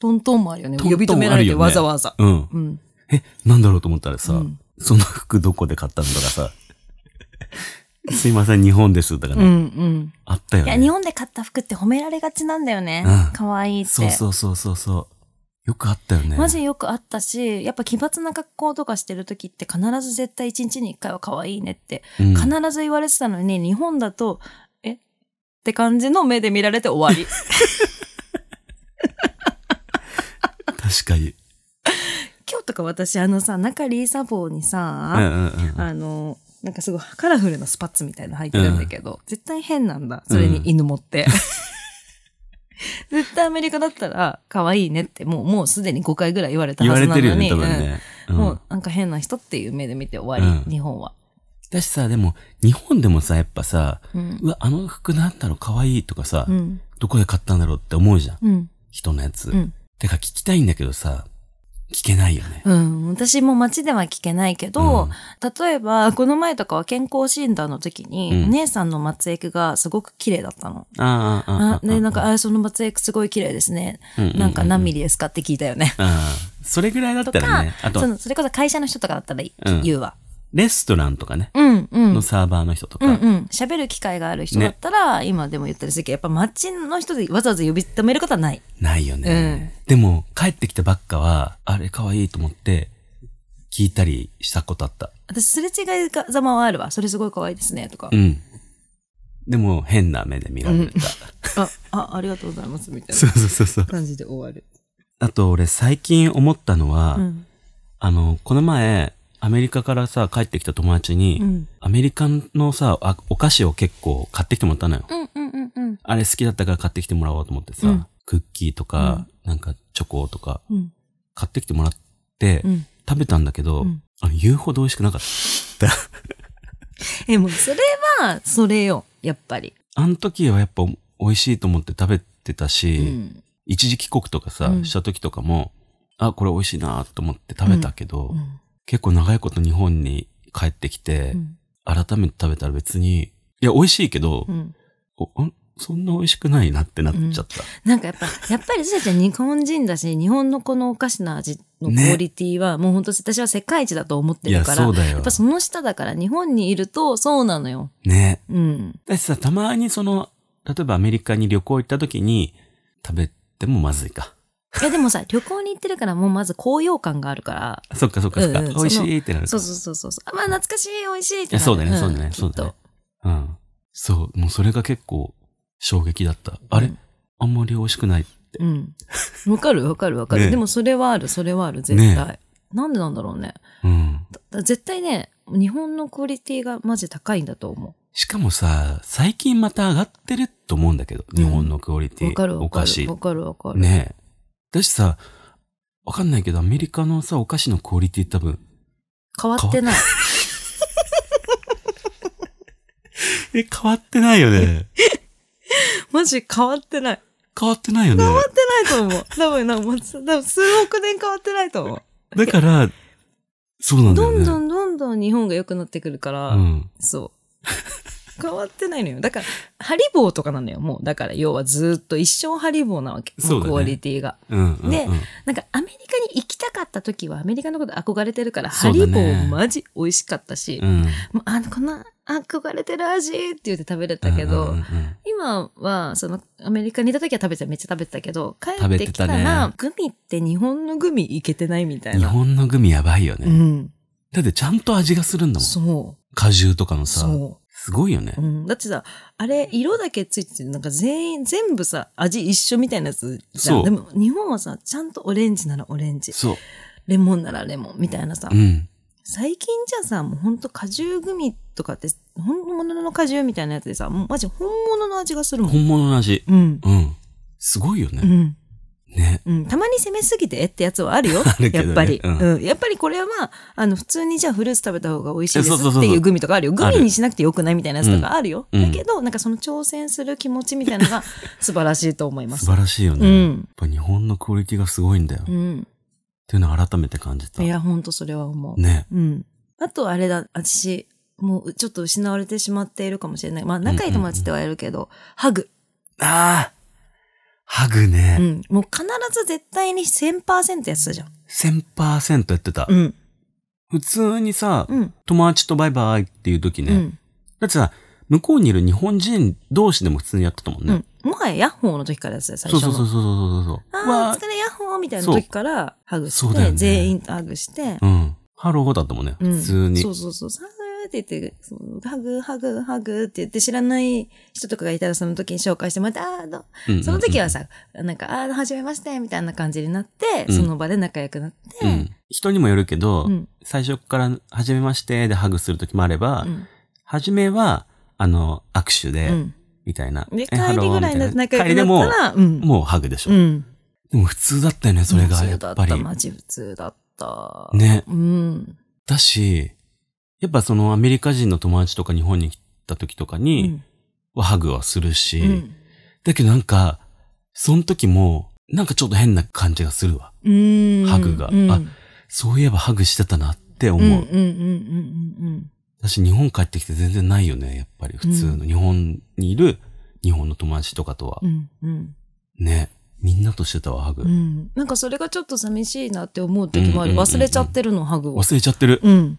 Speaker 2: トントンもあるよね。
Speaker 1: トントン
Speaker 2: 呼び止められ
Speaker 1: ある
Speaker 2: て
Speaker 1: よね
Speaker 2: わざわざ。
Speaker 1: うん。
Speaker 2: うん。
Speaker 1: え、なんだろうと思ったらさ、
Speaker 2: うん
Speaker 1: その服どこで買ったのとかさ、 すいません、日本です。とか
Speaker 2: う
Speaker 1: ね、
Speaker 2: ん、うん。
Speaker 1: あったよ
Speaker 2: い
Speaker 1: ね。
Speaker 2: や、日本で買った服って褒められがちなんだよね
Speaker 1: うん。
Speaker 2: 可愛いって。
Speaker 1: そうそうそうそうそう。よくあったよね。
Speaker 2: マジよくあったし、やっぱ奇抜な格好とかしてる時って必ず絶対一日に一回は可愛いねって、
Speaker 1: うん
Speaker 2: 必ず言われてたのに、日本だと、えって感じの目で見られて 終わり。
Speaker 1: 確かに。
Speaker 2: 今日とか私あのさ、中リーサボーに
Speaker 1: うん
Speaker 2: さ、
Speaker 1: うんうん。
Speaker 2: あの、なんかすごいカラフルなスパッツみたいなの履いてるんだけど、絶対変なんだ。それに犬持って。 絶対アメリカだったら可愛いねってもう、もうすでに5回ぐらい言われた
Speaker 1: 言
Speaker 2: は
Speaker 1: わ
Speaker 2: ず
Speaker 1: れ
Speaker 2: な
Speaker 1: てる
Speaker 2: の
Speaker 1: よね、
Speaker 2: に、
Speaker 1: 多分ね。
Speaker 2: うん
Speaker 1: うん
Speaker 2: もうなんか変な人っていう目で見て終わり、
Speaker 1: うん
Speaker 2: 日本は。
Speaker 1: だしさ、でも、日本でもさ、やっぱさ、
Speaker 2: うん。
Speaker 1: うわ、あの服なんだろう、かわいいとかさ、
Speaker 2: うん。
Speaker 1: どこで買ったんだろうって思うじゃん。
Speaker 2: うん。
Speaker 1: 人のやつ。
Speaker 2: うん。
Speaker 1: てか聞きたいんだけどさ、聞けないよね。
Speaker 2: うん、私も街では聞けないけど、
Speaker 1: うん
Speaker 2: 例えば、この前とかは健康診断の時に、
Speaker 1: うん
Speaker 2: お姉さんの末液がすごく綺麗だったの。
Speaker 1: ああ、ああ
Speaker 2: あ、で、な
Speaker 1: あ
Speaker 2: ん、か、あ、その末液すごい綺麗ですね。
Speaker 1: あう
Speaker 2: なんか何ミ
Speaker 1: リ
Speaker 2: リですかって聞いたよね。
Speaker 1: ああ、それぐらいだったらね。あ
Speaker 2: そ
Speaker 1: と、
Speaker 2: のそれこそ会社の人とかだったら
Speaker 1: うん
Speaker 2: 言うわ。
Speaker 1: レストランとかね、
Speaker 2: うん、うん。
Speaker 1: のサーバーの人と
Speaker 2: うんう
Speaker 1: か。
Speaker 2: ん。喋る機会がある人だったら、今でも言ったりするけど、やっぱ街の人でわざわざ呼び止めることはない。
Speaker 1: ないよね。でも、帰ってきたばっかは、あれ可愛いと思って、聞いたりしたことあった。
Speaker 2: 私、すれ違いざまはあるわ。それすごい可愛いですね、とか
Speaker 1: う。ん。でも、変な目で見られた。
Speaker 2: あ、あ、ありがとうございます、みたい
Speaker 1: そう
Speaker 2: な
Speaker 1: そうそうそう。
Speaker 2: 感じで終わる。
Speaker 1: あと、俺、最近思ったのは
Speaker 2: う、ん。
Speaker 1: あの、この前、アメリカからさ、帰ってきた友達に、
Speaker 2: うん。
Speaker 1: アメリカのさ、あお菓子を結構買ってきてもらったのよ。
Speaker 2: うんうんうんうん。
Speaker 1: あれ好きだったから買ってきてもらおうと思ってさ、
Speaker 2: うん
Speaker 1: クッキーとか、なんかチョコとか、
Speaker 2: うん。
Speaker 1: 買ってきてもらって、
Speaker 2: うん。
Speaker 1: 食べたんだけど、
Speaker 2: うん
Speaker 1: あの、言うほど美味しくなかった。
Speaker 2: え、もうそれは、それよ。やっぱり。
Speaker 1: あの時はやっぱ美味しいと思って食べてたし、
Speaker 2: うん。
Speaker 1: 一時帰国とかさ、
Speaker 2: うん
Speaker 1: した時とかも、あ、これ美味しいなと思って食べたけど、
Speaker 2: うん
Speaker 1: 結構長いこと日本に帰ってきて、
Speaker 2: うん
Speaker 1: 改めて食べたら別に、いや、美味しいけど、
Speaker 2: うん。
Speaker 1: おんそんな美味しくないなってなっちゃった。
Speaker 2: なんかやっぱ、 やっぱり私たちは日本人だし、日本のこのおかしな味のクオリティは、もう本当私は世界一だと思って
Speaker 1: い
Speaker 2: る
Speaker 1: や、
Speaker 2: から、
Speaker 1: そう
Speaker 2: や
Speaker 1: だよ
Speaker 2: っ。ぱその下だから日本にいるとそうなのよ。
Speaker 1: ね。
Speaker 2: うん。
Speaker 1: だしさ、たまにその、例えばアメリカに旅行行った時に、食べてもまずいか。
Speaker 2: いやでもさ、旅行に行ってるからもうまず高揚感があるから、
Speaker 1: そっかそっかそっか。
Speaker 2: うんうん
Speaker 1: 美味しいってなる。
Speaker 2: そうそうそうそうそう。あ、まあ懐かしい、美味しいっ
Speaker 1: い
Speaker 2: て
Speaker 1: や、そうだね、
Speaker 2: なる
Speaker 1: そうだね、
Speaker 2: ん
Speaker 1: そうだ
Speaker 2: き
Speaker 1: ね
Speaker 2: っ。
Speaker 1: うん。そう、もうそれが結構衝撃だった。
Speaker 2: と
Speaker 1: あれ
Speaker 2: うん
Speaker 1: あんまり美味しくない。
Speaker 2: うん。わかるわかるわかる、
Speaker 1: ね
Speaker 2: でもそれはある、それはある、絶対。なんでなんだろうね。
Speaker 1: うん。
Speaker 2: だ絶対ね、日本のクオリティがマジ高いんだと思
Speaker 1: しかもさ、最近また上がってると思うんだけど、日本のクオリテ
Speaker 2: う。
Speaker 1: ィ。
Speaker 2: わかるわ
Speaker 1: お
Speaker 2: か
Speaker 1: 菓子
Speaker 2: る。わ。かるわかる。
Speaker 1: ねえ。だしさ、わかんないけど、アメリカのさ、お菓子のクオリティ多分。
Speaker 2: 変わってない。
Speaker 1: え、変わってないよね。
Speaker 2: マジ変わってない。
Speaker 1: 変わってないよね。
Speaker 2: 変わってないと思う。多分な、もう多分数億年変わってないと思う。
Speaker 1: だから、そうなんだよ
Speaker 2: ど
Speaker 1: ね。
Speaker 2: んどんどんどん日本が良くなってくるから、
Speaker 1: うん。
Speaker 2: そう。変わってないのよ。だから、ハリボーとかなのよ。もう、だから、要はずーっと一生ハリボーなわけ。
Speaker 1: そうだね
Speaker 2: クオリティが。
Speaker 1: うんうん、うん。
Speaker 2: でなんか、アメリカに行きたかった時は、アメリカのこと憧れてるから、
Speaker 1: そ
Speaker 2: ハ
Speaker 1: うだ
Speaker 2: リ
Speaker 1: ね
Speaker 2: ボーマジ美味しかったし、
Speaker 1: うん。
Speaker 2: もうあの、この憧れてる味って言って食べれたけ
Speaker 1: う
Speaker 2: ど、
Speaker 1: んうんうん
Speaker 2: 今は、その、アメリカにいた時は食べてためっちゃ食べてたけど、帰
Speaker 1: 食
Speaker 2: っ
Speaker 1: べ
Speaker 2: て
Speaker 1: て
Speaker 2: き
Speaker 1: た
Speaker 2: た
Speaker 1: ね
Speaker 2: ら、グミって日本のグミいけてないみたい
Speaker 1: 日
Speaker 2: な。
Speaker 1: 本のグミやばいよね。
Speaker 2: うん。
Speaker 1: だってちゃんと味がするんだもん。
Speaker 2: そ
Speaker 1: 果汁とかの
Speaker 2: う。
Speaker 1: さ、
Speaker 2: そ
Speaker 1: すごいよね
Speaker 2: う。う。ん。だってさ、あれ、色だけついてて、なんか全員、全部さ、味一緒みたいなやつじゃん。
Speaker 1: そう
Speaker 2: でも、日本はさ、ちゃんとオレンジならオレンジ、
Speaker 1: そ
Speaker 2: レモンならレモンみたいなさ
Speaker 1: う。う、ん。
Speaker 2: 最近じゃさ、もうほんと果汁グミとかって、本物の果汁みたいなやつでさ、もうマジ本物の味がするもん。
Speaker 1: 本物の味。
Speaker 2: うん。
Speaker 1: うん。すごいよ
Speaker 2: う
Speaker 1: ね。
Speaker 2: ん。
Speaker 1: ね。
Speaker 2: うん、たまに攻めすぎてってやつは あるよ。
Speaker 1: るけどね
Speaker 2: やっぱり、
Speaker 1: う
Speaker 2: うんん。やっぱりこれは、あの、普通にじゃあフルーツ食べた方が美味しいです
Speaker 1: そうそうそう
Speaker 2: っ
Speaker 1: そう
Speaker 2: ていうグミとかあるよ。グ
Speaker 1: ある
Speaker 2: ミにしなくてよくないみたいなやつとかあるよ。
Speaker 1: うん
Speaker 2: だけど、なんかその挑戦する気持ちみたいなのが素晴らしいと思い ま
Speaker 1: 素
Speaker 2: す。
Speaker 1: 晴らしいよ
Speaker 2: う
Speaker 1: ね。やっ
Speaker 2: ん。
Speaker 1: ぱ日本のクオリティがすごいんだよ。
Speaker 2: う
Speaker 1: っ
Speaker 2: ん。
Speaker 1: ていうのを改めて感じた。
Speaker 2: いや、ほんとそれは思う。
Speaker 1: ね。
Speaker 2: うん。あとあれだ、私、もうちょっと失われてしまっているかもしれない。まあ、仲いい友達ってはやるけど、ハグ。
Speaker 1: ああハグ
Speaker 2: う
Speaker 1: ね。
Speaker 2: ん。もう必ず絶対に1000%やってたじゃん。
Speaker 1: 1000%やってた
Speaker 2: う。ん。
Speaker 1: 普通にさ、
Speaker 2: うん。
Speaker 1: 友達とバイバイっていう時
Speaker 2: う
Speaker 1: ね。
Speaker 2: ん。
Speaker 1: だってさ、向こうにいる日本人同士でも普通にやってたもん
Speaker 2: う
Speaker 1: ね。
Speaker 2: ん。もはやヤッホーの時からやってたよ、最
Speaker 1: そうそう
Speaker 2: 初の
Speaker 1: そう。そうそうそう。
Speaker 2: あ
Speaker 1: わ
Speaker 2: ーお疲れやっほーみたいな時からハグ
Speaker 1: そう
Speaker 2: し
Speaker 1: だよ
Speaker 2: て、
Speaker 1: ね
Speaker 2: 全員ハグして、
Speaker 1: うん。ハローだったもんね。
Speaker 2: うん
Speaker 1: 普通に
Speaker 2: そ。うそうそう、ハグって言って、そうハグ、ハグ、ハグって言って、知らない人とかがいたらその時に紹介してもらって、あーど
Speaker 1: うんうんうん
Speaker 2: その時は、さ、なんか、あー、はじめまして、みたいな感じになって、
Speaker 1: うん
Speaker 2: その場で仲良くなって、
Speaker 1: うん。人にもよるけど、
Speaker 2: うん
Speaker 1: 最初から、初めましてでハグする時もあれば、
Speaker 2: うん。
Speaker 1: 初めは、あの、握手で、
Speaker 2: うん。
Speaker 1: みたいな。
Speaker 2: で、
Speaker 1: えハ
Speaker 2: 帰
Speaker 1: ロ
Speaker 2: り
Speaker 1: ー
Speaker 2: ぐらいにな
Speaker 1: み
Speaker 2: 仲
Speaker 1: た
Speaker 2: 良
Speaker 1: いな帰りで
Speaker 2: くな
Speaker 1: も
Speaker 2: った、ら、うん。
Speaker 1: もうハグでしょ。
Speaker 2: うん。
Speaker 1: でも普通だったよね、それが、やっぱ
Speaker 2: そうだた
Speaker 1: り。
Speaker 2: マジ普通だった。
Speaker 1: ね。
Speaker 2: うん。
Speaker 1: だし、やっぱそのアメリカ人の友達とか日本に来た時とか
Speaker 2: う
Speaker 1: に、
Speaker 2: ん。
Speaker 1: はハグはするし、
Speaker 2: うん
Speaker 1: だけどなんか、その時も、なんかちょっと変な感じがするわ。
Speaker 2: うん。
Speaker 1: ハグが
Speaker 2: うん
Speaker 1: あそういえばハグしてたなって思
Speaker 2: うん
Speaker 1: う。
Speaker 2: うんうんうんうんうん。
Speaker 1: 私日本帰ってきて全然ないよね、やっぱり。普通の、
Speaker 2: うん
Speaker 1: 日本にいる日本の友達とかとは。
Speaker 2: うんうん
Speaker 1: ね。みんなとしてたわ、ハグ。
Speaker 2: うん、なんかそれがちょっと寂しいなって思う時もある。
Speaker 1: うんうんうんうん
Speaker 2: 忘れちゃってるの、ハグを。
Speaker 1: 忘れちゃってる。
Speaker 2: うん。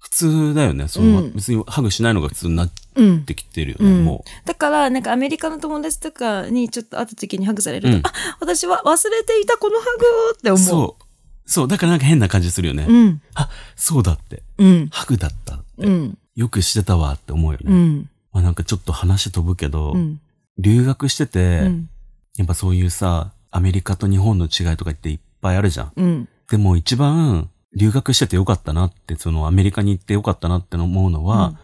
Speaker 1: 普通だよね。その、
Speaker 2: うん
Speaker 1: 別にハグしないのが普通になっ
Speaker 2: うん。
Speaker 1: てきてるよね、
Speaker 2: うん
Speaker 1: も
Speaker 2: だから、なんかアメリカの友達とかにちょっと会った時にハグされると、
Speaker 1: うん
Speaker 2: あ、私は忘れていたこのハグをって
Speaker 1: う。
Speaker 2: 思う。
Speaker 1: そう。そう、だからなんか変な感じするよね。
Speaker 2: うん。
Speaker 1: あ、そうだって。
Speaker 2: うん。
Speaker 1: ハグだったって。
Speaker 2: うん。
Speaker 1: よくしてたわって思うよね。
Speaker 2: うん。
Speaker 1: まあなんかちょっと話飛ぶけど、
Speaker 2: うん。
Speaker 1: 留学して
Speaker 2: う
Speaker 1: て、
Speaker 2: ん。
Speaker 1: やっぱそういうさ、アメリカと日本の違いとかっていっぱいあるじゃん。
Speaker 2: うん。
Speaker 1: でも一番留学しててよかったなって、そのアメリカに行ってよかったなって思うのは、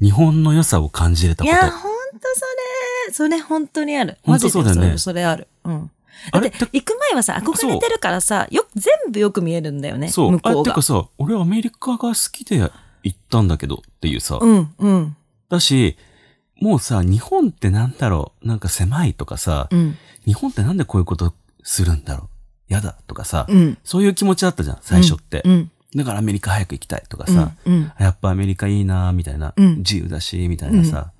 Speaker 1: 日本の良さを感じれた
Speaker 2: い
Speaker 1: こ
Speaker 2: や、
Speaker 1: と。
Speaker 2: ほんとそれ、それ本当にある。
Speaker 1: ほんとそうだよね
Speaker 2: マジでそれそれある。うん。
Speaker 1: あ
Speaker 2: だっ
Speaker 1: れ
Speaker 2: て、行く前はさ、憧れてるからさ、よ、全部よく見えるんだよね。
Speaker 1: そう
Speaker 2: 向。
Speaker 1: あ
Speaker 2: こう
Speaker 1: て
Speaker 2: が
Speaker 1: か。さ、俺アメリカが好きで行ったんだけどっていうさ。
Speaker 2: うん、うん、
Speaker 1: だし、もうさ、日本ってなんだろうなんか狭いとかさ、
Speaker 2: うん、
Speaker 1: 日本ってなんでこういうことするんだろうやだとかさ、
Speaker 2: うん。
Speaker 1: そういう気持ちだったじゃん、最初って。
Speaker 2: うん、
Speaker 1: だからアメリカ早く行きたいとか
Speaker 2: うん、
Speaker 1: さ、
Speaker 2: うん、
Speaker 1: やっぱアメリカいいなみたいな、
Speaker 2: うん
Speaker 1: 自由だし、みたいなさ、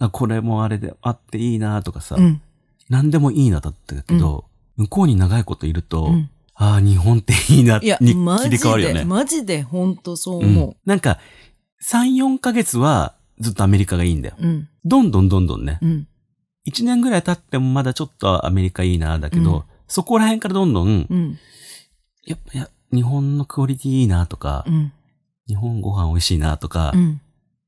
Speaker 1: あこれもあれであっていいなとかさ、
Speaker 2: うん、
Speaker 1: 何でもいいなだったけど、向こうに長いこといると、
Speaker 2: うん。
Speaker 1: ああ、日本っていいな、
Speaker 2: いや、
Speaker 1: に
Speaker 2: マ
Speaker 1: 切
Speaker 2: ジ
Speaker 1: り替わるよ
Speaker 2: で、
Speaker 1: ね。
Speaker 2: マジで、ほんとそう
Speaker 1: う。、
Speaker 2: 思うん
Speaker 1: なんか、3、4ヶ月はずっとアメリカがいいんだよ。
Speaker 2: うん、
Speaker 1: どんどんどんどんね。
Speaker 2: うん、
Speaker 1: 1年ぐらい経ってもまだちょっとアメリカいいなだけど、
Speaker 2: うん
Speaker 1: そこら辺からどんどん、
Speaker 2: うん、
Speaker 1: やっぱいや日本のクオリティいいなとか、
Speaker 2: うん、
Speaker 1: 日本ご飯美味しいなとか、
Speaker 2: うん。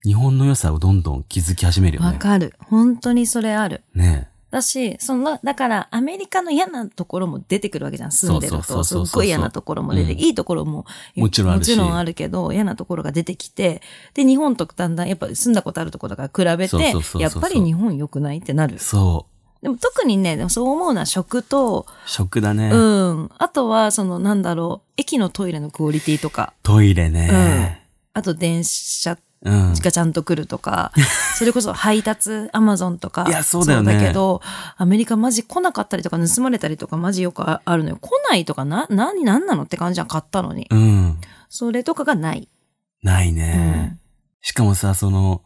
Speaker 1: 日本の良さをどんどん気づき始めるよ
Speaker 2: わ
Speaker 1: ね。
Speaker 2: かる。本当にそれある。
Speaker 1: ね
Speaker 2: だし、その、だから、アメリカの嫌なところも出てくるわけじゃん。住んでる
Speaker 1: そうそう
Speaker 2: と。
Speaker 1: そう
Speaker 2: す
Speaker 1: そう
Speaker 2: っごい嫌なところも出て、
Speaker 1: うん
Speaker 2: いいところも、
Speaker 1: もちろんあるし
Speaker 2: もちろんあるけど、嫌なところが出てきて、で、日本とだんだん、やっぱ住んだことあるところだから比べ
Speaker 1: そうそうそうそう
Speaker 2: て、やっぱり日本良くないってなる
Speaker 1: え。。そ
Speaker 2: でも特にね、でもそう思うのは食と、
Speaker 1: う。食だね。
Speaker 2: うん。あとは、その、なんだろう、駅のトイレのクオリティとか、
Speaker 1: トイレね。
Speaker 2: あと電車
Speaker 1: うん。
Speaker 2: がちゃんと来る とか、それこそ配達、アマゾンとか。
Speaker 1: いやそうだよね
Speaker 2: けど、アメリカマジ来なかったりとか盗まれたりとかマジよくああるのよ。来ないとかな、な、なんなのって感じじゃん、買ったのに。
Speaker 1: うん。
Speaker 2: それとかがない。
Speaker 1: ないね、
Speaker 2: う
Speaker 1: しかもさ、その、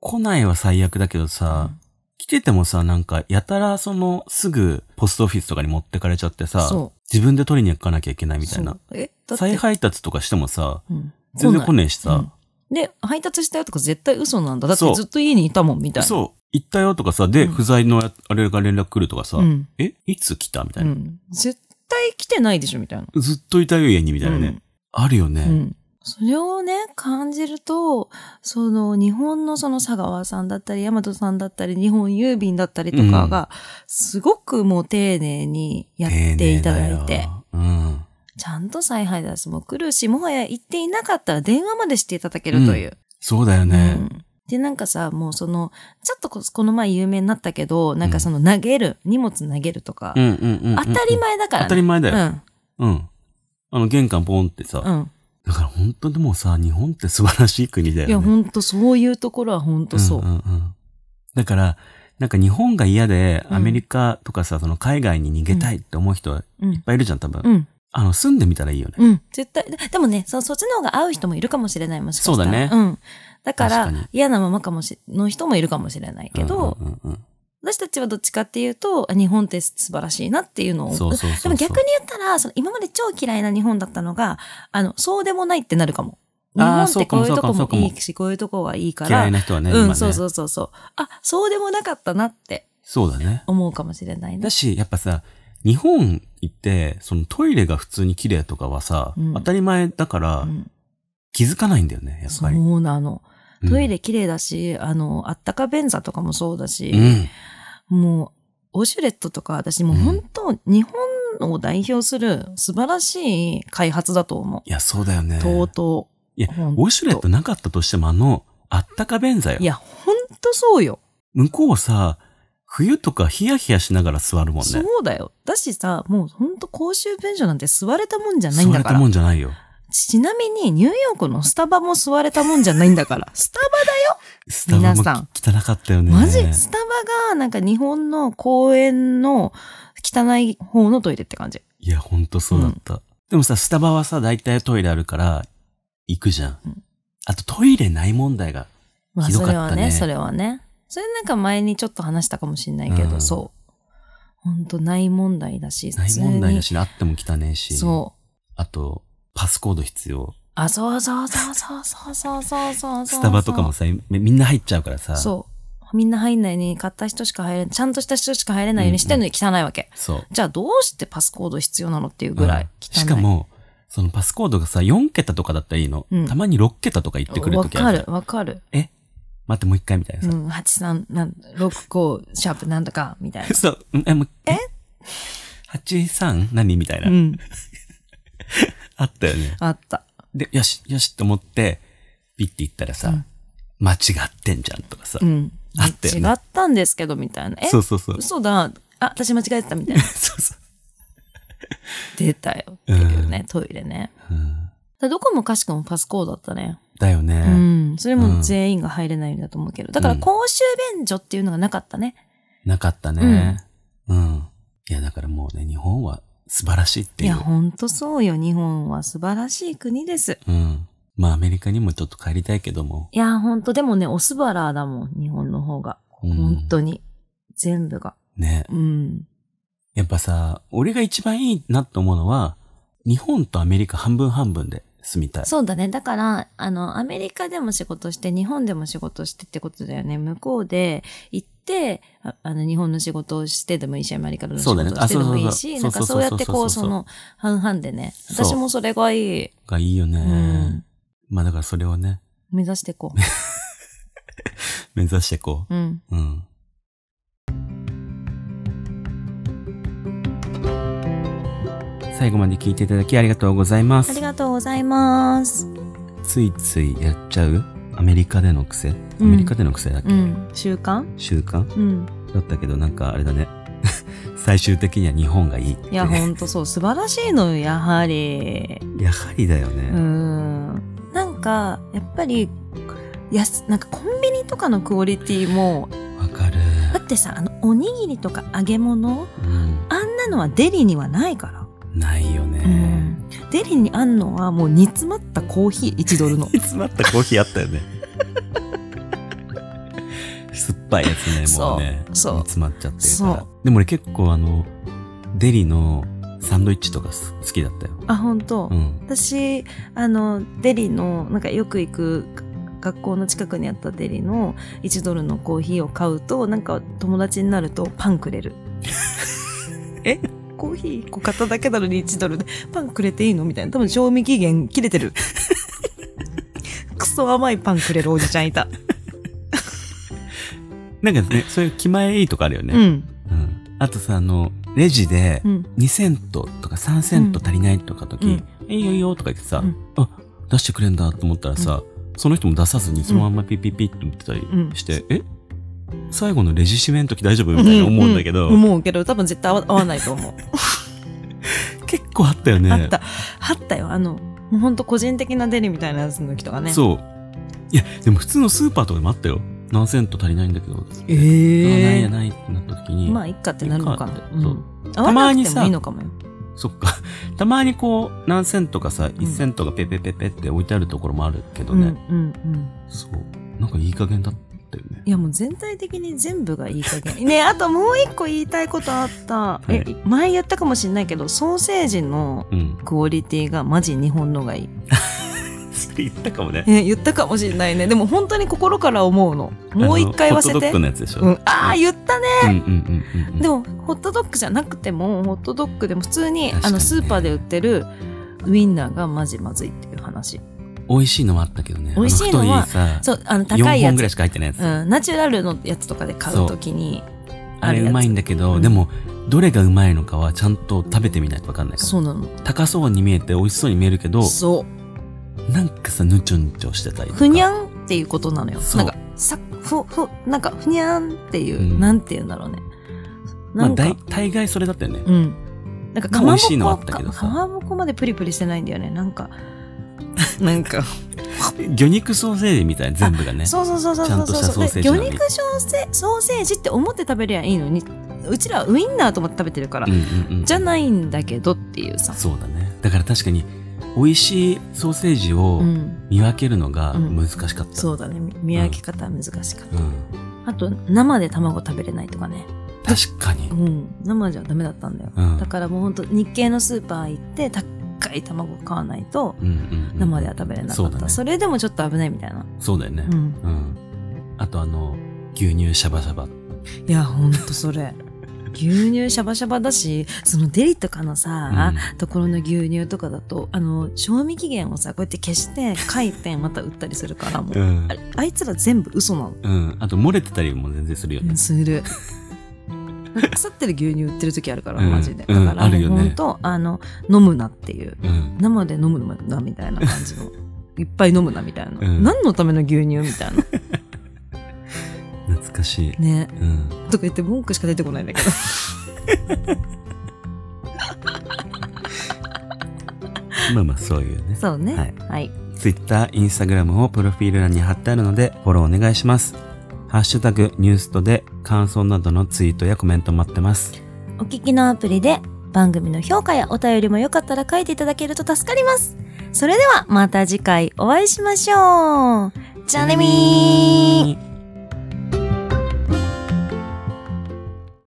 Speaker 1: 来ないは最悪だけどさ、
Speaker 2: うん
Speaker 1: 来ててもさ、なんか、やたらその、すぐ、ポストオフィスとかに持ってかれちゃってさ
Speaker 2: そ、
Speaker 1: 自分で取りに行かなきゃいけないみたいな
Speaker 2: そ。うえだって
Speaker 1: 再配達とかしてもさ、
Speaker 2: うん
Speaker 1: 全然来
Speaker 2: ない。
Speaker 1: ねえしさ、
Speaker 2: で、配達したよとか絶対嘘なんだ。だっ
Speaker 1: そ
Speaker 2: て
Speaker 1: う
Speaker 2: ずっと家にいたもん、みたいな。う。
Speaker 1: そう、行ったよとかさ、で、
Speaker 2: うん
Speaker 1: 不在のやあれが連絡来るとかさ、
Speaker 2: うん。
Speaker 1: え、いつ来たみた
Speaker 2: う
Speaker 1: いな、
Speaker 2: ん。絶対来てないでしょ、みたいな。
Speaker 1: ずっといたよ、家に、みたいなね。
Speaker 2: うん
Speaker 1: あるよね、
Speaker 2: うん。それをね、感じると、その日本のその佐川さんだったり、大和さんだったり、日本郵便だったりとかが、すごくもう丁寧にやっていただい
Speaker 1: 丁寧
Speaker 2: て、
Speaker 1: よ。うん。
Speaker 2: ちゃんと再配達も来るし、もはや行っていなかったら電話までしていただけるという。
Speaker 1: そうだよね。
Speaker 2: うんで、なんかさ、もうその、ちょっとここの前有名になったけど、なんかその投げる、荷物投げるとか、
Speaker 1: うん、うん、うんうんうん
Speaker 2: 当たり前だから、
Speaker 1: 当
Speaker 2: ね。
Speaker 1: たり前だよ。
Speaker 2: 前。
Speaker 1: うん。あの、玄関ポンってさ、
Speaker 2: うん。うん。
Speaker 1: だから本当でもさ、日本って素晴らしい国だよ
Speaker 2: い
Speaker 1: ね。
Speaker 2: や、ほんとそういうところはほんとそう。
Speaker 1: んんんだから、なんか日本が嫌で、
Speaker 2: うん
Speaker 1: アメリカとかさ、その海外に逃げたいって思う人はいっぱいいるじゃん、多分。
Speaker 2: うん。
Speaker 1: あの、住んでみたらいいよね。
Speaker 2: うん、絶対。ででもね、そ、そっちの方が合う人もいるかもしれない、もしかしたら。
Speaker 1: そうだね
Speaker 2: うん。だか
Speaker 1: 確かに
Speaker 2: ら、嫌なままかもし、の人もいるかもしれないけど、
Speaker 1: うんうんうん
Speaker 2: 私たちはどっちかっていうと、あ日本って素晴らしいなっていうの
Speaker 1: う
Speaker 2: を。
Speaker 1: ん、そうそうそうそう。
Speaker 2: でも逆に言ったら、その今まで超嫌いな日本だったのが、あの、そうでもないってなるかも。日
Speaker 1: あ
Speaker 2: 本
Speaker 1: ー
Speaker 2: ってこういうとこ
Speaker 1: そうかもそう
Speaker 2: も
Speaker 1: かも
Speaker 2: いいし、こういうとこはいいから。
Speaker 1: 嫌いな人はね、
Speaker 2: う
Speaker 1: 今
Speaker 2: ん、
Speaker 1: ね。
Speaker 2: そうそうそうそう。あ、そうでもなかったなって
Speaker 1: そうだね。
Speaker 2: 思うかもしれないね
Speaker 1: だ。し、やっぱさ、日本行って、そのトイレが普通に綺麗とかはさ、
Speaker 2: うん
Speaker 1: 当たり前だから
Speaker 2: うん
Speaker 1: 気づかないんだよね、やっ
Speaker 2: そ
Speaker 1: ぱり。
Speaker 2: うなの。トイ
Speaker 1: レ、
Speaker 2: レ綺麗だし、あの、あったか便座とかもそうだし、
Speaker 1: うん。
Speaker 2: もう、オシュレットとか、私もう本当、日本を代表する素晴らしい開発だと思
Speaker 1: いや、そうだよね
Speaker 2: う。。とうと
Speaker 1: いや
Speaker 2: う。、ほん
Speaker 1: ウォシュレットなかったとしても、あの、あったか便座よ
Speaker 2: い。や、ほんとそうよ。
Speaker 1: 向こうさ、冬とかヒヤヒヤしながら座るもんね。
Speaker 2: そうだよ。だしさ、もうほんと公衆便所なんて座れたもんじゃないん
Speaker 1: 座
Speaker 2: だ
Speaker 1: れ
Speaker 2: か
Speaker 1: た
Speaker 2: ら
Speaker 1: も。んじゃないよ。
Speaker 2: ちなみに、ニューヨークのスタバも座れたもんじゃないん だから。スタ
Speaker 1: スタバも
Speaker 2: 皆さん
Speaker 1: き汚かったよね。
Speaker 2: バ、マジスタバが、なんか日本の公園の汚い方のトイレって感じ。
Speaker 1: いや、ほんとそうだった。でもさ、スタバはさ、大体トイレあるから、行くじゃん。
Speaker 2: うん
Speaker 1: あとトイレない問題が。
Speaker 2: まあ、
Speaker 1: ひど
Speaker 2: そ
Speaker 1: か
Speaker 2: れ
Speaker 1: っ
Speaker 2: は
Speaker 1: たね
Speaker 2: ね、それはね。それなんか前にちょっと話したかもしれないけど、
Speaker 1: うん
Speaker 2: そう。ほんと、ない問題だし、
Speaker 1: ない
Speaker 2: 普通
Speaker 1: 問題だ
Speaker 2: に
Speaker 1: し、あっても汚ねえし。
Speaker 2: そう。
Speaker 1: あと、パスコード必要。
Speaker 2: あ、そうそうそうそうそうそうそうそう。
Speaker 1: スタバとかも。さ、みみんな入っちゃうからさ。う。
Speaker 2: そう。みんな入んないように、買った人しか入れん、ちゃんとした人しか入れないようにしてるのに汚いわけ。
Speaker 1: そう。
Speaker 2: じゃあどうしてパスコード必要なのっていうぐらい
Speaker 1: うん
Speaker 2: 汚い。
Speaker 1: しかも、そのパスコードがさ、4桁とかだったらいいの。
Speaker 2: うん
Speaker 1: たまに6桁とか言ってくる
Speaker 2: わ
Speaker 1: ときあ
Speaker 2: か
Speaker 1: るじゃ
Speaker 2: る
Speaker 1: ん。、
Speaker 2: わかる。
Speaker 1: え待ってもう一回みたいな
Speaker 2: う
Speaker 1: さ。
Speaker 2: ん、83、なん、65、シャープなんとか、みたい
Speaker 1: そう、うんえ、もう、え ?83? 何みたいな。
Speaker 2: な。うん、
Speaker 1: あったよね。
Speaker 2: あった。
Speaker 1: で、よし、よしと思って、ピッて行ったらさ、間違ってんじゃんとかさ。
Speaker 2: うん。
Speaker 1: あったよね
Speaker 2: 違ったんですけど、みたいな。え
Speaker 1: そうそうそう。。
Speaker 2: 嘘だ。あ、私間違えてたみたいな
Speaker 1: そうそう。
Speaker 2: 出たよっていうね、トイレね。
Speaker 1: うん
Speaker 2: だからどこもかしこもパスコードだったね。
Speaker 1: だよ
Speaker 2: う
Speaker 1: ね。
Speaker 2: ん。それも全員が入れないんだと思うけど。だから公衆便所っていうのがなかったね。
Speaker 1: なかったね。うん。いや、だからもうね、日本は素晴らしいって
Speaker 2: い
Speaker 1: い
Speaker 2: や、
Speaker 1: う。
Speaker 2: ほんとそうよ。日本は素晴らしい国です。
Speaker 1: うん。まあ、アメリカにもちょっと帰りたいけども。
Speaker 2: いや、ほんと、でもね、おすばらだもん。日本の方が。
Speaker 1: うん
Speaker 2: ほんとに。全部が。
Speaker 1: ね。
Speaker 2: うん。
Speaker 1: やっぱさ、俺が一番いいなと思うのは、日本とアメリカ半分半分で住みたい。
Speaker 2: そうだね。だから、あの、アメリカでも仕事して、日本でも仕事してってことだよね。向こうで行って、ああの、日本の仕事をしてでもいいし、アメリカの仕
Speaker 1: そう
Speaker 2: 事
Speaker 1: だ
Speaker 2: を
Speaker 1: ね
Speaker 2: してでもいい
Speaker 1: あ
Speaker 2: し、
Speaker 1: そ
Speaker 2: な
Speaker 1: うんそ
Speaker 2: か
Speaker 1: うそう
Speaker 2: そうやってこう、
Speaker 1: そうそうそうそう
Speaker 2: その、半々でね。
Speaker 1: そう
Speaker 2: 私もそれがいい。
Speaker 1: がいいよね。
Speaker 2: うん
Speaker 1: まあ、だからそれをね、
Speaker 2: 目指してこ
Speaker 1: 目指してこ
Speaker 2: う。うん。
Speaker 1: う。うん。最後まで聞いていただきありがとうございま
Speaker 2: あり
Speaker 1: す。
Speaker 2: がとうございます。
Speaker 1: ついついやっちゃうアメリカでの癖アメリカでの癖だっけ、
Speaker 2: うん。習慣
Speaker 1: 習慣
Speaker 2: うん。
Speaker 1: だったけど、なんかあれだね。 最終的には日本がいいってね、
Speaker 2: い や、ほんとそう。素晴らしいのよ、やはり。
Speaker 1: やはりだよ
Speaker 2: うー
Speaker 1: ね。
Speaker 2: ん。なんか、やっぱり、やす、なんかコンビニとかのクオリティも、
Speaker 1: わ、かる。
Speaker 2: だってさ、あの、おにぎりとか揚げ物、
Speaker 1: うん。
Speaker 2: あんなのはデリにはないから。
Speaker 1: ないよね。。
Speaker 2: デリにあんのはもう煮詰まったコーヒー1ドルの
Speaker 1: 詰まったコーヒーあったよね。酸っぱいやつね、もうね。
Speaker 2: そうそう
Speaker 1: 煮詰まっちゃってるか
Speaker 2: そ
Speaker 1: ら。でも俺結構あの、デリのサンドイッチとかす好きだったよ。
Speaker 2: あ、ほんと。
Speaker 1: うん。
Speaker 2: 私、あの、デリの、なんかよく行く学校の近くにあったデリの1ドルのコーヒーを買うと、なんか友達になるとパンくれる。 えコーヒー1個買っただけなのに1ドルでパンくれていいのみたいな。多分賞味期限切れて る。クソ甘いパンくれるおじちゃんいた。
Speaker 1: なんかね、そういう気前いいとかあるよ
Speaker 2: う
Speaker 1: ね。
Speaker 2: ん。
Speaker 1: うん。あとさ、あの、レジで
Speaker 2: う、ん。
Speaker 1: 2セントとか3セント足りないとか時、
Speaker 2: うん
Speaker 1: えいいよいいよとか言ってさ、
Speaker 2: うん
Speaker 1: あ、出してくれんだと思ったらさ、その人も出さずにそのまんまピッピッピッって言ってたりして、え最後のレジ締めの時大丈夫みたいな思うんだけど、
Speaker 2: う思うけど、多分絶対合わ合わないと思う。
Speaker 1: 結構あったよね。
Speaker 2: あった。あったよ。あの、もうほんと個人的なデリみたいなやつの時とかね。う。
Speaker 1: そう。いや、でも普通のスーパーとかでもあったよ。何セント足りないんだけど。
Speaker 2: え
Speaker 1: あない
Speaker 2: え
Speaker 1: やないってなった時に、
Speaker 2: まあ、いっかってなるのか
Speaker 1: いっかっ。て
Speaker 2: うん
Speaker 1: そう
Speaker 2: 合
Speaker 1: た
Speaker 2: わ
Speaker 1: ま
Speaker 2: な
Speaker 1: に
Speaker 2: く
Speaker 1: さ
Speaker 2: てもいいのかもよ。
Speaker 1: そっか。たまにこう、何セントかさ、1セントがペペペペって置いてあるところもあるけど
Speaker 2: うん、う
Speaker 1: ね。
Speaker 2: ん、うん。
Speaker 1: そう。なんかいい加減だったよね。
Speaker 2: いや、もう全体的に全部がいい加減。ねあともう一個言いたいことあった。え
Speaker 1: はい、
Speaker 2: 前言ったかもしれないけど、ソーセージの
Speaker 1: うん。
Speaker 2: クオリティがマジ日本のがいい。
Speaker 1: それ言ったかもね。
Speaker 2: え、言ったかもしれないね。でも本当に心から思うの。もう一回言わせ
Speaker 1: あのホットドッ
Speaker 2: て
Speaker 1: グ。のやつでしょ。
Speaker 2: うん、ああ、言ったね。
Speaker 1: うんうんうんうんうん。
Speaker 2: で
Speaker 1: も、
Speaker 2: も、ホットドッグじゃなくても、ホットドッグでも普通に、
Speaker 1: 確か
Speaker 2: あ
Speaker 1: にね
Speaker 2: の、スーパーで売ってるウインナーがマジまずいっていう話。
Speaker 1: 美味しいのもあったけどね。
Speaker 2: 美味しいのは
Speaker 1: あ太さ
Speaker 2: そう、あの、高い
Speaker 1: 4
Speaker 2: や
Speaker 1: 本ぐら
Speaker 2: つ
Speaker 1: い。しか入ってないやつ。
Speaker 2: うん、ナチュラルのやつとかで買うときに、
Speaker 1: あれうまいんだけど、
Speaker 2: うん
Speaker 1: でも、どれがうまいのかはちゃんと食べてみないとわかんないから。
Speaker 2: そうなの。
Speaker 1: 高そうに見えて美味しそうに見えるけど、
Speaker 2: そ
Speaker 1: なんかさ、ぬちょぬちょしてたりと
Speaker 2: う。
Speaker 1: か。
Speaker 2: ふにゃんっていうことなのよ。
Speaker 1: そ
Speaker 2: な
Speaker 1: うん
Speaker 2: か、さ、ふ、ふ、なんか、ふにゃんっていう、
Speaker 1: うん
Speaker 2: なんて言うんだろうね。
Speaker 1: まあ、
Speaker 2: なんか、
Speaker 1: 大大概それだったよね。
Speaker 2: うん。なんか、
Speaker 1: 美
Speaker 2: かまぼ
Speaker 1: 味しいのはあっ
Speaker 2: こ、
Speaker 1: たけ
Speaker 2: か
Speaker 1: どさ
Speaker 2: かまぼこまでプリプリしてないんだよね。な んか、なんか、
Speaker 1: 魚肉ソーセージみたいな全部がね。
Speaker 2: そうそうそうそう
Speaker 1: ちゃ
Speaker 2: そ
Speaker 1: ん
Speaker 2: う
Speaker 1: としたソ
Speaker 2: そ
Speaker 1: ー
Speaker 2: う
Speaker 1: セージ
Speaker 2: 魚
Speaker 1: なのに
Speaker 2: 肉ソーセソーセージって思って食べりゃいいのにうちらはウインナーと思って食べてるから、
Speaker 1: うんうんうん。
Speaker 2: じゃないんだけどっていうさ
Speaker 1: そうだね。だから確かに、美味しいソーセージを
Speaker 2: ん、
Speaker 1: 見分けるのが
Speaker 2: うん
Speaker 1: 難しかった。
Speaker 2: そうだねみ見分け方は難しかった、
Speaker 1: うん。
Speaker 2: あと生で卵食べれないとかね
Speaker 1: 確かに
Speaker 2: う。ん生じゃダメだったんだよ、
Speaker 1: うん
Speaker 2: だからもうほんと日系のスーパー行って高い卵買わないと
Speaker 1: うんうんうん
Speaker 2: 生では食べれなか
Speaker 1: そ
Speaker 2: っ
Speaker 1: う
Speaker 2: た、
Speaker 1: だね
Speaker 2: それでもちょっと危ないみたいな、
Speaker 1: そうだよね
Speaker 2: う。ん、
Speaker 1: うん。あとあの、牛乳シャバシャバ。
Speaker 2: いやほんとそれ牛乳シャバシャバだしそのデリとかのさ、ところの牛乳とかだとあの賞味期限をさこうやって消して書いてまた売ったりするからもう、
Speaker 1: うん。うん
Speaker 2: あ。あいつら全部嘘なの、
Speaker 1: うん。あと漏れてたりも全然するよね。
Speaker 2: する腐ってる牛乳売ってる時あるから、
Speaker 1: うん
Speaker 2: マジでだ
Speaker 1: うん
Speaker 2: から、
Speaker 1: あるよね
Speaker 2: ほんとあの飲むなっていう
Speaker 1: うん。
Speaker 2: 生で飲むなみたいな感 じのいっぱい飲むなみたいな、
Speaker 1: うん
Speaker 2: 何のための牛乳みたいな
Speaker 1: 懐かしい。
Speaker 2: ね
Speaker 1: うん。
Speaker 2: とか言って文句しか出てこないんだけど
Speaker 1: まあまあ、そういうね。
Speaker 2: そうね。
Speaker 1: はい
Speaker 2: はい。
Speaker 1: Twitter、Instagram をプロフィール欄に貼ってあるので、フォローお願いします。ハッシュタグ、ニュースとで、感想などのツイートやコメント待ってます。
Speaker 2: お聞きのアプリで番組の評価やお便りもよかったら書いていただけると助かります。それではまた次回お会いしましょう。じゃあねみー
Speaker 1: ー